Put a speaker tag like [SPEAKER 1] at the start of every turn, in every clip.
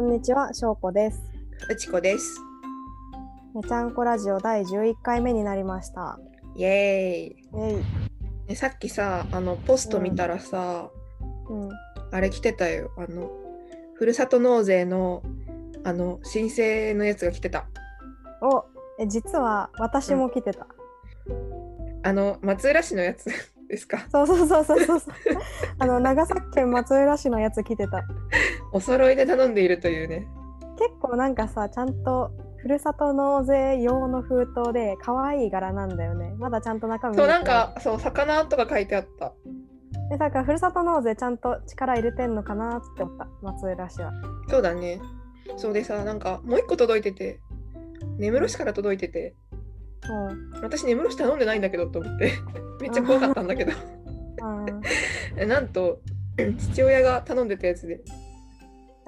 [SPEAKER 1] んにちは、しょうこです。
[SPEAKER 2] うちこです。
[SPEAKER 1] めちゃんこラジオ第11回目になりました。
[SPEAKER 2] イエーイ
[SPEAKER 1] えい。
[SPEAKER 2] ね。さっきさ、あのポスト見たらさ、
[SPEAKER 1] うん。
[SPEAKER 2] あれ来てたよ。あのふるさと納税のあの申請のやつが来てた。
[SPEAKER 1] お、え、実は私も来てた。
[SPEAKER 2] あの松浦市のやつ ですか。
[SPEAKER 1] そうそうそうそうそうそう。あの長崎県松浦市のやつ来てた。
[SPEAKER 2] お揃いで頼んでいるというね。
[SPEAKER 1] 結構なんかさ、ちゃんと。ふるさと納税用の封筒で可愛い柄なんだよね。まだちゃんと中身見
[SPEAKER 2] そ
[SPEAKER 1] てい
[SPEAKER 2] うなんかそう魚とか書いてあった。
[SPEAKER 1] えだからふるさと納税ちゃんと力入れてんのかなって思った松浦市は。
[SPEAKER 2] そうだね。そうでさ、なんかもう一個届いてて、根室市から届いてて、
[SPEAKER 1] うん
[SPEAKER 2] 私根室市頼んでないんだけどと思って、 めっちゃ怖かったんだけど。
[SPEAKER 1] あー
[SPEAKER 2] えなんと父親が頼んでたやつで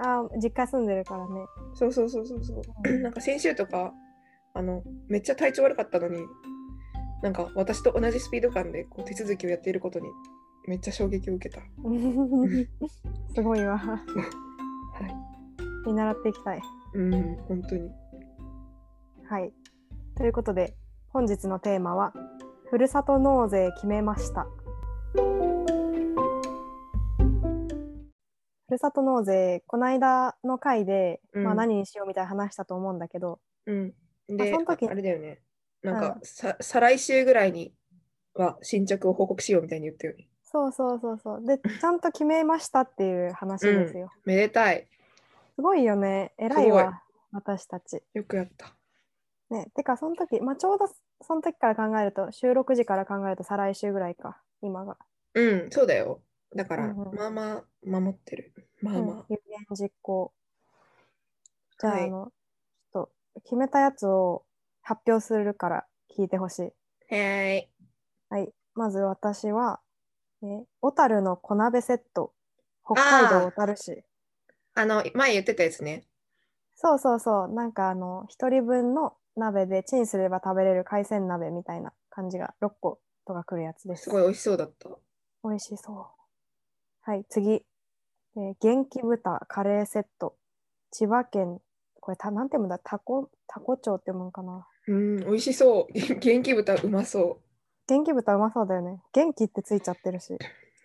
[SPEAKER 1] あー実家住んでるからね。
[SPEAKER 2] そうそうそうそうそううなんか先週とかあのめっちゃ体調悪かったのになんか私と同じスピード感でこう手続きをやっていることにめっちゃ衝撃を受けた
[SPEAKER 1] すごいわ。
[SPEAKER 2] はい
[SPEAKER 1] 見習っていきたい。
[SPEAKER 2] うん本当に
[SPEAKER 1] はい。ということで、本日のテーマは、ふるさと納税決めました。ふるさと納税、この間の回で、
[SPEAKER 2] うん
[SPEAKER 1] まあ何にしようみたいな話したと思うんだけど、
[SPEAKER 2] うんで
[SPEAKER 1] あその時
[SPEAKER 2] ああれだよねなんか、
[SPEAKER 1] う
[SPEAKER 2] さ再来週ぐらいには進捗を報告しようみたいに言ったよね
[SPEAKER 1] そうそうそうそう。で、ちゃんと決めましたっていう話ですよ。
[SPEAKER 2] めでたい
[SPEAKER 1] すごいよね。偉い
[SPEAKER 2] すごい
[SPEAKER 1] わ、私たち。
[SPEAKER 2] よくやった
[SPEAKER 1] ね、てかその時、まあ、ちょうどその時から考えると収録時から考えると再来週ぐらいか今が、
[SPEAKER 2] うんそうだよだから、
[SPEAKER 1] うんうん
[SPEAKER 2] まあまあ守ってるまあ
[SPEAKER 1] うん
[SPEAKER 2] ま
[SPEAKER 1] 有言実行じゃあ,、
[SPEAKER 2] はい
[SPEAKER 1] あのちょっと決めたやつを発表するから聞いてほしい
[SPEAKER 2] あ、へい
[SPEAKER 1] はいまず私は、ね、小樽の小鍋セット北海道
[SPEAKER 2] あー
[SPEAKER 1] 小樽市
[SPEAKER 2] あの前言ってたやつね
[SPEAKER 1] そうそうそうなんかあの一人分の鍋でチンすれば食べれる海鮮鍋みたいな感じが6個とかくるやつです
[SPEAKER 2] すごい美味しそうだった。
[SPEAKER 1] 美味しそう。はい、次。えー元気豚カレーセット。千葉県、これた、なんて読むんだタコ、タコ町って読むんかな。
[SPEAKER 2] うん、美味しそう。 元気豚うまそ
[SPEAKER 1] 元気豚うまそうだよね。元気ってついちゃってるし。
[SPEAKER 2] う。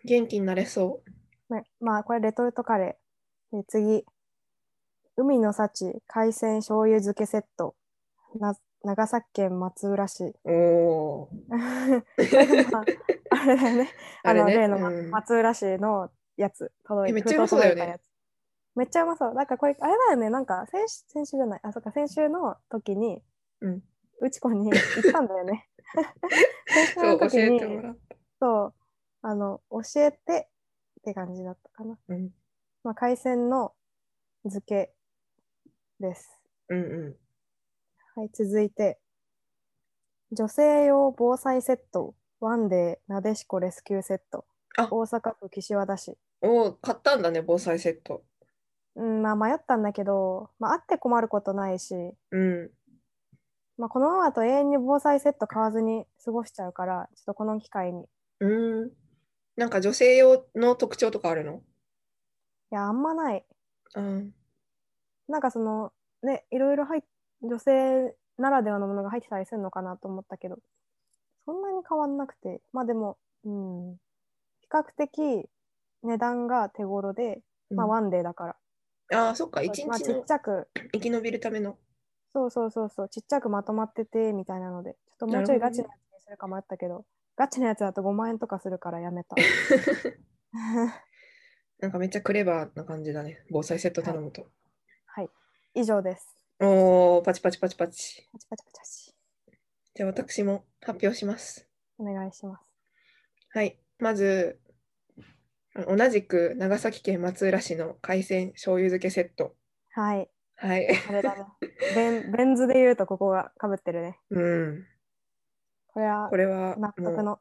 [SPEAKER 2] 元気になれそう。
[SPEAKER 1] ね、まあ、これレトルトカレー。えー次。海の幸海鮮醤油漬けセット。な長崎県松浦市。
[SPEAKER 2] おお。
[SPEAKER 1] ま ああれだ よね。あの、例のま
[SPEAKER 2] うん
[SPEAKER 1] 松浦市のやつ届い
[SPEAKER 2] えめっ
[SPEAKER 1] 封
[SPEAKER 2] ちゃ
[SPEAKER 1] 筒
[SPEAKER 2] うまそう
[SPEAKER 1] 届
[SPEAKER 2] だ
[SPEAKER 1] いた
[SPEAKER 2] よね
[SPEAKER 1] やつめっちゃうまそう。なんかこれ、あれだよね、なんか先週、先週じゃない、あ、そっか、先週の時に、
[SPEAKER 2] うん。
[SPEAKER 1] うちこに言ったんだよ ね。先週
[SPEAKER 2] そ
[SPEAKER 1] の
[SPEAKER 2] う、教
[SPEAKER 1] 時
[SPEAKER 2] え
[SPEAKER 1] に、
[SPEAKER 2] てもらった。
[SPEAKER 1] そう、あの、教えてって感じだったかな。
[SPEAKER 2] うん。
[SPEAKER 1] まあ、海鮮の漬けです。
[SPEAKER 2] うんう
[SPEAKER 1] はい、続いて、女性用防災セット、ワンデーなでしこレスキューセット、
[SPEAKER 2] あ
[SPEAKER 1] 大阪府岸和田市。
[SPEAKER 2] ん。おお、買ったんだね、防災セット。
[SPEAKER 1] うん、まあ迷ったんだけど、まあ、あって困ることないし、
[SPEAKER 2] うん。
[SPEAKER 1] まあ、このままだと永遠に防災セット買わずに過ごしちゃうからちょっとこの機会にい
[SPEAKER 2] うん。なんか女性用の特徴とかあるの
[SPEAKER 1] やあんまない
[SPEAKER 2] うん。
[SPEAKER 1] なんかそのねいろいろ入っ女性ならではのものが入ってたりするのかなと思ったけどそんなに変わんなくてまあでも、うん、比較的値段が手頃で、まあ、ワンデーだから、
[SPEAKER 2] ああ、そっか、一
[SPEAKER 1] まあ、
[SPEAKER 2] 日
[SPEAKER 1] ちっ
[SPEAKER 2] の
[SPEAKER 1] ちゃく
[SPEAKER 2] 生き延びるための。
[SPEAKER 1] そうそうそうそう、ちっちゃくまとまっててみたいなので、ちょっともうちょいガ
[SPEAKER 2] なる
[SPEAKER 1] チ
[SPEAKER 2] ほ
[SPEAKER 1] な
[SPEAKER 2] どね
[SPEAKER 1] やつにするか迷ったけど、ガチなやつだと5万円とかするからやめ た。
[SPEAKER 2] なんかめっちゃクレバーな感じだね、防災セット頼むと。
[SPEAKER 1] はい、以上です。
[SPEAKER 2] おお、パチパチパチパチ。
[SPEAKER 1] パチパチパチパチ。
[SPEAKER 2] じゃあ私も発表します。
[SPEAKER 1] お願いします。
[SPEAKER 2] はい、まず同じく長崎県松浦市の海鮮醤油漬けセット。
[SPEAKER 1] はい、
[SPEAKER 2] はい、
[SPEAKER 1] あれ だね。ベンベン図で言うとここがかぶってるね。
[SPEAKER 2] うん、
[SPEAKER 1] これは
[SPEAKER 2] これは
[SPEAKER 1] 納得
[SPEAKER 2] も
[SPEAKER 1] の。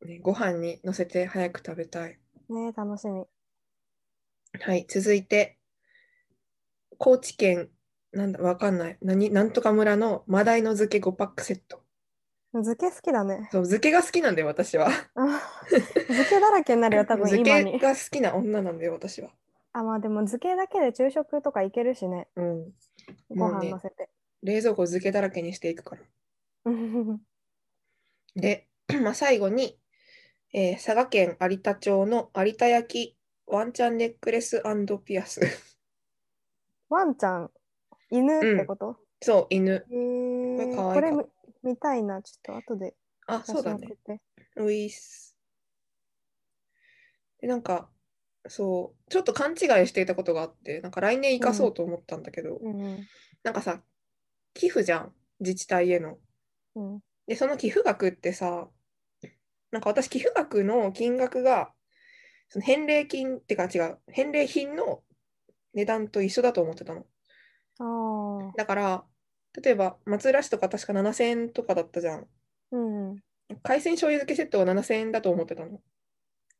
[SPEAKER 2] うねご飯にのせて早く食べたい。
[SPEAKER 1] ね楽しみ。
[SPEAKER 2] はい、続いて高知県なんだわかんない何なんとか村のマダイの漬け5パックセット。
[SPEAKER 1] 漬け好きだね。
[SPEAKER 2] そう漬けが好きなんだよ私は。
[SPEAKER 1] 漬けだらけになるよ、多分
[SPEAKER 2] 漬
[SPEAKER 1] 今
[SPEAKER 2] け
[SPEAKER 1] に。
[SPEAKER 2] が好きな女なんだよ私は。
[SPEAKER 1] あ、まあでも漬けだけで昼食とかいけるしね。
[SPEAKER 2] うん。
[SPEAKER 1] ご
[SPEAKER 2] もう
[SPEAKER 1] 飯
[SPEAKER 2] ね
[SPEAKER 1] 乗せて。
[SPEAKER 2] 冷蔵庫漬けだらけにしていくから。
[SPEAKER 1] うん
[SPEAKER 2] で、 まあ、最後に、えー佐賀県有田町の有田焼ワンちゃんネックレスピアス。
[SPEAKER 1] ワンちゃん、犬ってこと、
[SPEAKER 2] そう、犬。
[SPEAKER 1] えー
[SPEAKER 2] こ
[SPEAKER 1] こ
[SPEAKER 2] れ可愛
[SPEAKER 1] れ
[SPEAKER 2] いかも
[SPEAKER 1] み見たいな。ちょっと後で
[SPEAKER 2] あ、そうだね
[SPEAKER 1] 送。って。
[SPEAKER 2] ルイス。で、なんか、そう、ちょっと勘違いしていたことがあって、なんか来年生かそうと思ったんだけど、
[SPEAKER 1] うんうん
[SPEAKER 2] なんかさ、寄付じゃん、自治体への。
[SPEAKER 1] うん
[SPEAKER 2] で、その寄付額ってさ、なんか私、寄付額の金額が、その返礼金ってか違う、返礼品の値段と一緒だと思ってたの。
[SPEAKER 1] ああ。
[SPEAKER 2] だから、例えば、松浦市とか確か7000円とかだったじゃん。
[SPEAKER 1] うんうん。
[SPEAKER 2] 海鮮醤油漬けセットは7000円だと思ってたの。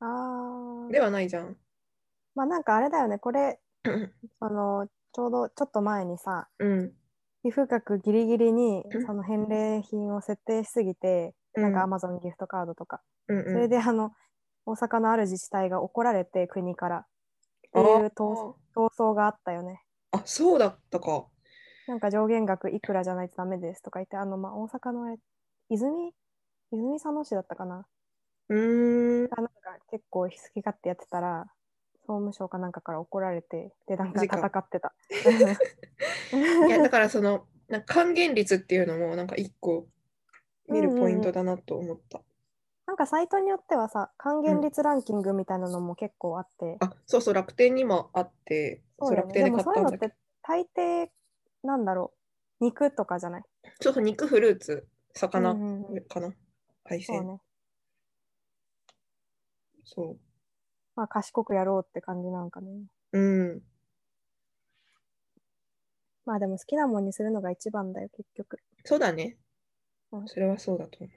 [SPEAKER 1] あ
[SPEAKER 2] で
[SPEAKER 1] あ。
[SPEAKER 2] はないじゃん。
[SPEAKER 1] まあなんかあれだよね。これ、
[SPEAKER 2] うん
[SPEAKER 1] あの、ちょうどちょっと前にさ、
[SPEAKER 2] うん。
[SPEAKER 1] 寄付額ギリギリに
[SPEAKER 2] うん
[SPEAKER 1] その返礼品を設定しすぎて、なんかアマゾンギフトカードとか、
[SPEAKER 2] うんうん、
[SPEAKER 1] それであの、大阪のある自治体が怒られて国からっていう闘闘争があったよね。
[SPEAKER 2] あーあ、そうだったか。
[SPEAKER 1] なんか上限額いくらじゃないとダメですとか言って、あの、まあ、大阪のあれ、泉泉佐野市だったかな
[SPEAKER 2] うーん。
[SPEAKER 1] がなんか結構好き勝手やってたら、総務省かなんかから怒られて、で、なんか
[SPEAKER 2] マジか
[SPEAKER 1] 戦ってた。
[SPEAKER 2] いや、だからその、なんか還元率っていうのも、なんか一個見るポイントだなと思った。
[SPEAKER 1] なんかサイトによってはさ、還元率ランキングみたいなのも結構あって、
[SPEAKER 2] あ、そうそう、楽天にもあって、
[SPEAKER 1] そうだよね。
[SPEAKER 2] 楽天
[SPEAKER 1] で
[SPEAKER 2] で買
[SPEAKER 1] もそうい
[SPEAKER 2] った
[SPEAKER 1] うんの
[SPEAKER 2] だ
[SPEAKER 1] っ
[SPEAKER 2] けど
[SPEAKER 1] て、大抵、なんだろう、肉とかじゃない
[SPEAKER 2] そうそう、肉、フルーツ、魚
[SPEAKER 1] うんうんうん
[SPEAKER 2] かな。海
[SPEAKER 1] そう
[SPEAKER 2] 鮮。
[SPEAKER 1] ね。
[SPEAKER 2] そ
[SPEAKER 1] まあ、賢くやろうって感じなんかね。
[SPEAKER 2] う。うん。
[SPEAKER 1] まあでも好きなもんにするのが一番だよ、結局。
[SPEAKER 2] そうだね
[SPEAKER 1] う。ん
[SPEAKER 2] それはそうだと思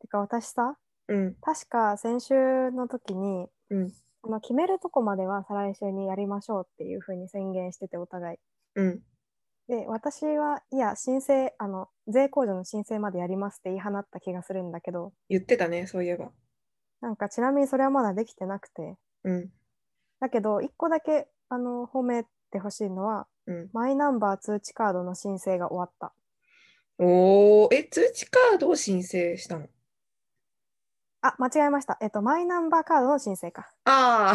[SPEAKER 1] てか私さ、
[SPEAKER 2] う。うん。
[SPEAKER 1] 確か先週の時に、
[SPEAKER 2] うん。
[SPEAKER 1] あの決めるとこまでは再来週にやりましょうっていうふうに宣言してて、お互い。
[SPEAKER 2] うん。
[SPEAKER 1] で、私はいや、申請、あの、税控除の申請までやりますって言い放った気がするんだけど、
[SPEAKER 2] 言ってたね、そういえば。
[SPEAKER 1] なんかちなみにそれはまだできてなくて、
[SPEAKER 2] うん。
[SPEAKER 1] だけど、一個だけ、あの、褒めてほしいのは、
[SPEAKER 2] うん。
[SPEAKER 1] マイナンバー通知カードの申請が終わった。
[SPEAKER 2] おー、え、通知カードを申請したの
[SPEAKER 1] あ、間違えました。えっと、マイナンバーカードの申請か。
[SPEAKER 2] ああ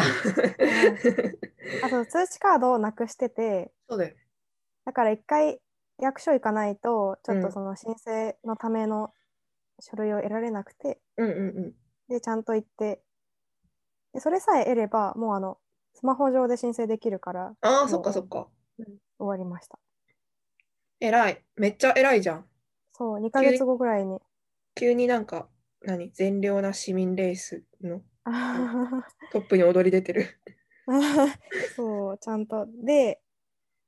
[SPEAKER 1] あそう通知カードをなくしてて、
[SPEAKER 2] そうだよね。
[SPEAKER 1] だから一回役所行かないと、ちょっ
[SPEAKER 2] うん
[SPEAKER 1] とその申請のための書類を得られなくて、
[SPEAKER 2] うんうん
[SPEAKER 1] で、ちゃんと行って、でそれさえ得れば、もうあの、スマホ上で申請できるから
[SPEAKER 2] うん。ああ、
[SPEAKER 1] そ
[SPEAKER 2] そうっかそっか。
[SPEAKER 1] 終わりました。
[SPEAKER 2] 偉い。めっちゃ偉いじゃん。
[SPEAKER 1] そう、2ヶ月後ぐらいに。
[SPEAKER 2] 急になんか、何善良な市民レースの
[SPEAKER 1] あはは
[SPEAKER 2] トップに躍り出てる。
[SPEAKER 1] そう、ちゃんと。で、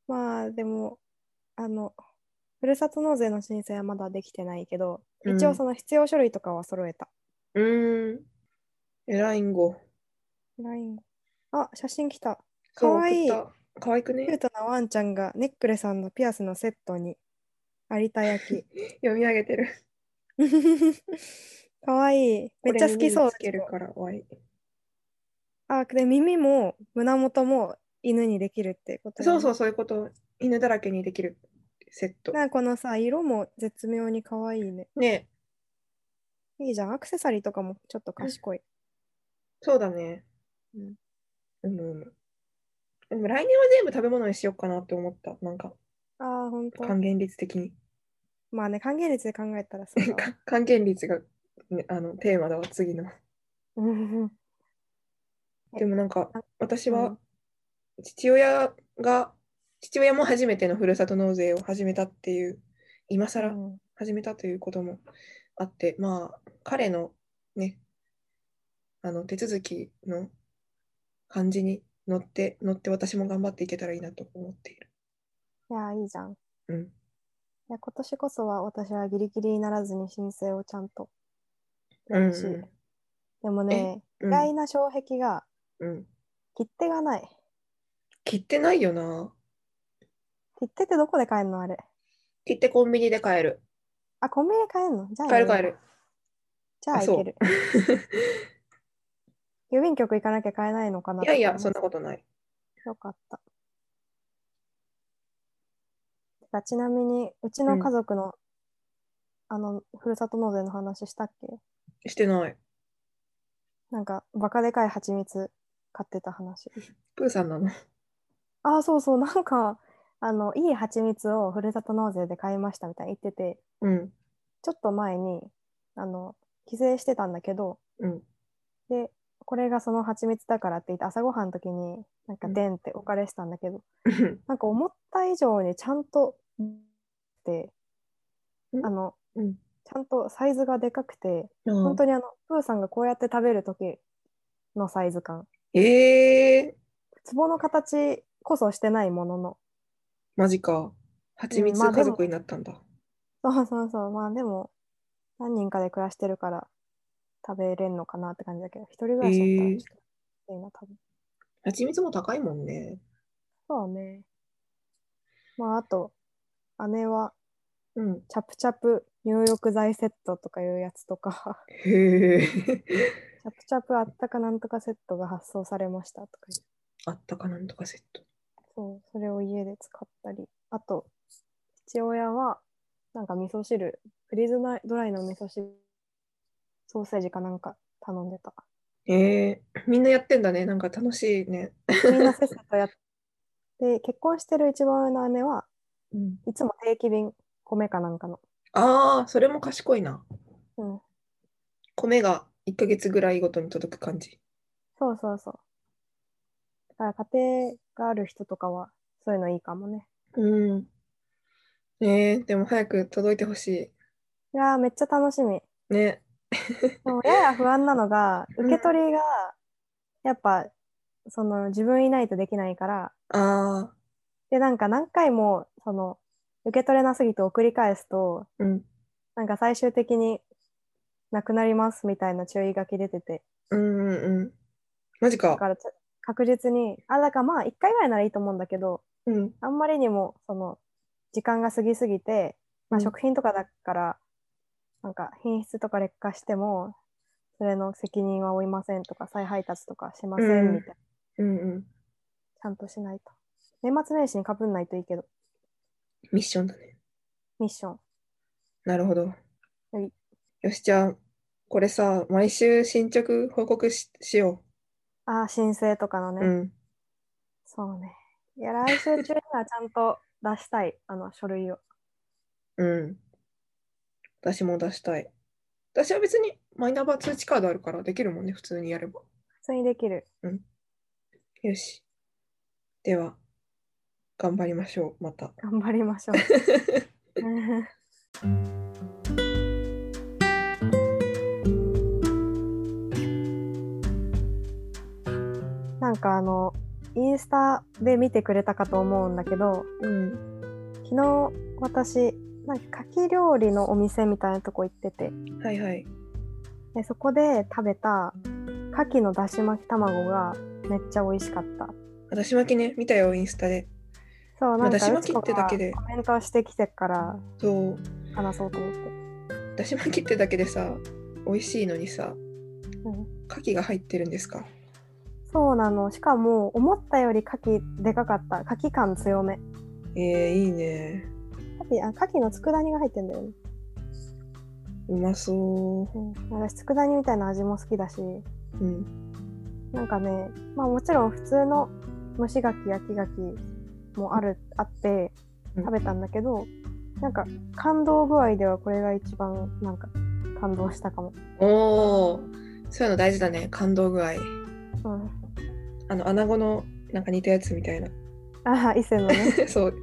[SPEAKER 1] まあでも、あの、ふるさと納税の申請はまだできてないけど、
[SPEAKER 2] うん
[SPEAKER 1] 一応その必要書類とかは揃えた。
[SPEAKER 2] うーん。偉いんご。
[SPEAKER 1] ラインあ、写真来た。
[SPEAKER 2] そ
[SPEAKER 1] か
[SPEAKER 2] う
[SPEAKER 1] わいい。
[SPEAKER 2] 送ったかわいく
[SPEAKER 1] キュー
[SPEAKER 2] ね。
[SPEAKER 1] トなワンちゃんがネックレスピアスのセットに有田焼き。
[SPEAKER 2] 読み上げてる。
[SPEAKER 1] かわいい。めっちゃ好きそう
[SPEAKER 2] これ耳につ。けるからわいい。
[SPEAKER 1] あ、で、耳も胸元も犬にできるってことだ
[SPEAKER 2] そ
[SPEAKER 1] ね、
[SPEAKER 2] うそう、そういうこと。犬だらけにできるセット。
[SPEAKER 1] なんかこのさ、色も絶妙に可愛いね。
[SPEAKER 2] ね
[SPEAKER 1] いいじゃん。アクセサリーとかもちょっと賢い。
[SPEAKER 2] そうだね。
[SPEAKER 1] うん
[SPEAKER 2] うんうん。でも来年は全部食べ物にしようかなって思った。なんか、
[SPEAKER 1] ああ、ほんと。
[SPEAKER 2] 還元率的に。
[SPEAKER 1] まあね、還元率で考えたらそうだわ。
[SPEAKER 2] か還元率が、ね、あのテーマだわ、次の。
[SPEAKER 1] うんうんえ
[SPEAKER 2] でもなんか
[SPEAKER 1] あ、
[SPEAKER 2] 私
[SPEAKER 1] う
[SPEAKER 2] は父親が、父親も初めてのふるさと納税を始めたっていう、今更
[SPEAKER 1] うん
[SPEAKER 2] 始めたということもあって、まあ、彼のね、あの手続きの感じに乗って、乗って私も頑張っていけたらいいなと思っている。
[SPEAKER 1] いやー、いいじゃん。
[SPEAKER 2] うん。
[SPEAKER 1] いや今年こそは私はギリギリにならずに申請をちゃんと
[SPEAKER 2] う
[SPEAKER 1] や
[SPEAKER 2] ん
[SPEAKER 1] るし、でもね、
[SPEAKER 2] う
[SPEAKER 1] 意
[SPEAKER 2] ん
[SPEAKER 1] 外な障壁が
[SPEAKER 2] うん。
[SPEAKER 1] 切手がない。
[SPEAKER 2] 切ってないよな。
[SPEAKER 1] 切手ってどこで買えるのあれ。
[SPEAKER 2] 切ってコンビニで買える。
[SPEAKER 1] あ、コンビニで買えるのじゃあ
[SPEAKER 2] 買える
[SPEAKER 1] いい
[SPEAKER 2] 買
[SPEAKER 1] や
[SPEAKER 2] える。
[SPEAKER 1] じゃあ
[SPEAKER 2] あ
[SPEAKER 1] い
[SPEAKER 2] そう
[SPEAKER 1] ける。 郵便局行かなきゃ買えないのかなと
[SPEAKER 2] い
[SPEAKER 1] か
[SPEAKER 2] やいや、そんなことない。
[SPEAKER 1] よかった。てかちなみに、うちの家族の、あの、ふるさと納税の話したっけ
[SPEAKER 2] してない。
[SPEAKER 1] なんか、バカでかい蜂蜜買ってた 話。
[SPEAKER 2] プーさんなの。
[SPEAKER 1] ああ、そうそう、なんか、あの、いい蜂蜜をふるさと納税で買いましたみたいに言ってて、
[SPEAKER 2] うん。
[SPEAKER 1] ちょっと前に、あの、帰省してたんだけど、
[SPEAKER 2] うん。
[SPEAKER 1] で、これがその蜂蜜だからって言って、朝ごはんの時に、なんか、
[SPEAKER 2] うん
[SPEAKER 1] でんってお借りしたんだけど、なんか思った以上にちゃんとで
[SPEAKER 2] ん
[SPEAKER 1] あの
[SPEAKER 2] うん。
[SPEAKER 1] ちゃんとサイズがでかくて
[SPEAKER 2] 本
[SPEAKER 1] 本
[SPEAKER 2] 当
[SPEAKER 1] 当にあのプーさんがこうやって食べる時のサイズ感
[SPEAKER 2] ええ
[SPEAKER 1] 壺の形こそしてないものの
[SPEAKER 2] マジか。蜂蜜
[SPEAKER 1] まあでも
[SPEAKER 2] 家族になったんだ。
[SPEAKER 1] そうそうそうまあでも何人かで暮らしてるから食べれんのかなって感じだけど一人暮らしだったらちょっときついな多分
[SPEAKER 2] 蜂蜜も高いもんね。
[SPEAKER 1] そうねまああと姉は
[SPEAKER 2] うん。
[SPEAKER 1] チャプチャプ入浴剤セットとかいうやつとか
[SPEAKER 2] へえ。
[SPEAKER 1] チャプチャプあったかなんとかセットが発送されましたとか言う
[SPEAKER 2] あったかなんとかセット。
[SPEAKER 1] そう、それを家で使ったり、あと、父親は、なんか味噌汁、フリーズドライの味噌汁、ソーセージかなんか頼んでた。
[SPEAKER 2] ええ みんなやってんだね。なんか楽しいね。
[SPEAKER 1] みんなせっせとやって、で結婚してる一番上の姉はいつも定期便、米かなんかの。
[SPEAKER 2] ああ、それも賢いな。
[SPEAKER 1] うん、
[SPEAKER 2] 米が1ヶ月ぐらいごとに届く感じ。
[SPEAKER 1] そうそうそう。だから家庭がある人とかは、そういうのいいかもね。
[SPEAKER 2] うん。ねえでも早く届いてほし
[SPEAKER 1] いやー、めっちゃ楽しみ。
[SPEAKER 2] い。ね。
[SPEAKER 1] でもやや不安なのが、
[SPEAKER 2] うん
[SPEAKER 1] 受け取りが、やっぱ、その自分いないとできないから、
[SPEAKER 2] ああ、
[SPEAKER 1] で、なんか何回も、その、受け取れなすぎて送り返すと、
[SPEAKER 2] うん。
[SPEAKER 1] なんか最終的になくなりますみたいな注意書き出てて、
[SPEAKER 2] うんうんうん。マジ
[SPEAKER 1] だ
[SPEAKER 2] か。
[SPEAKER 1] からちょ確実に、あ、だからまあ1回ぐらいならいいと思うんだけど、
[SPEAKER 2] うん。
[SPEAKER 1] あんまりにも、その、時間が過ぎすぎて、まあ
[SPEAKER 2] うん
[SPEAKER 1] 食品とかだから、なんか品質とか劣化しても、それの責任は負いませんとか、再配達とかしませ
[SPEAKER 2] うんん
[SPEAKER 1] みたいな。
[SPEAKER 2] うんうん。
[SPEAKER 1] ちゃんとしないと。年末年始にかぶんないといいけど、
[SPEAKER 2] ミッションだね。
[SPEAKER 1] ミッション。
[SPEAKER 2] なるほど。
[SPEAKER 1] はい
[SPEAKER 2] よし、じゃあ、これさ、毎週進捗報告ししよ
[SPEAKER 1] ああ、申請とかのね。
[SPEAKER 2] う。うん。
[SPEAKER 1] そうね。いや、来週中にはちゃんと出したい、あの、書類を。
[SPEAKER 2] うん。私も出したい。私は別にマイナンバー通知カードあるからできるもんね、普通にやれば。
[SPEAKER 1] 普通にできる。
[SPEAKER 2] よし。では、頑張りましょう、また。
[SPEAKER 1] 頑張りま しょう。なんかあの、インスタで見てくれたかと思うんだけど、
[SPEAKER 2] うん。
[SPEAKER 1] 昨日私、なんか牡蠣料理のお店みたいなとこ行ってて、
[SPEAKER 2] はいはい。
[SPEAKER 1] でそこで食べた牡蠣のだし巻き卵がめっちゃ美味しかった
[SPEAKER 2] だし巻きね、見たよ、インスタで。
[SPEAKER 1] そうなん
[SPEAKER 2] だし
[SPEAKER 1] かう
[SPEAKER 2] 巻
[SPEAKER 1] ち
[SPEAKER 2] き
[SPEAKER 1] こ
[SPEAKER 2] って
[SPEAKER 1] が
[SPEAKER 2] だ
[SPEAKER 1] コ
[SPEAKER 2] けで
[SPEAKER 1] メントしてきてっから
[SPEAKER 2] そう。
[SPEAKER 1] 話そうと思って
[SPEAKER 2] だし巻きってだけでさ、美味しいのにさ、牡蠣が入ってるんですか。
[SPEAKER 1] そうなのしかも思ったより牡蠣でかかった牡蠣感強め
[SPEAKER 2] えー、いいね。
[SPEAKER 1] 牡蠣あ牡蠣の佃煮が入ってんだよね、
[SPEAKER 2] うまそう
[SPEAKER 1] なん、私佃煮みたいな味も好きだし
[SPEAKER 2] う。うん。
[SPEAKER 1] なんかねまあもちろん普通の蒸し牡蠣焼き牡蠣もあるあって
[SPEAKER 2] うん
[SPEAKER 1] 食べたんだけどなんか感動具合ではこれが一番なんか感動したかも
[SPEAKER 2] おお、そういうの大事だね、感動具合。
[SPEAKER 1] うん
[SPEAKER 2] あの、穴子のなんか似たやつみたいな。
[SPEAKER 1] ああ、伊勢のね。
[SPEAKER 2] そう、
[SPEAKER 1] そう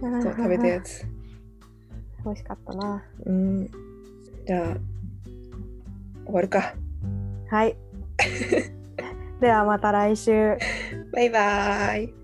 [SPEAKER 2] そう食べたや。つ。
[SPEAKER 1] 美味しかったな。
[SPEAKER 2] うん。じゃあ、終わるか。
[SPEAKER 1] はい。ではまた来週。
[SPEAKER 2] バイバーイ。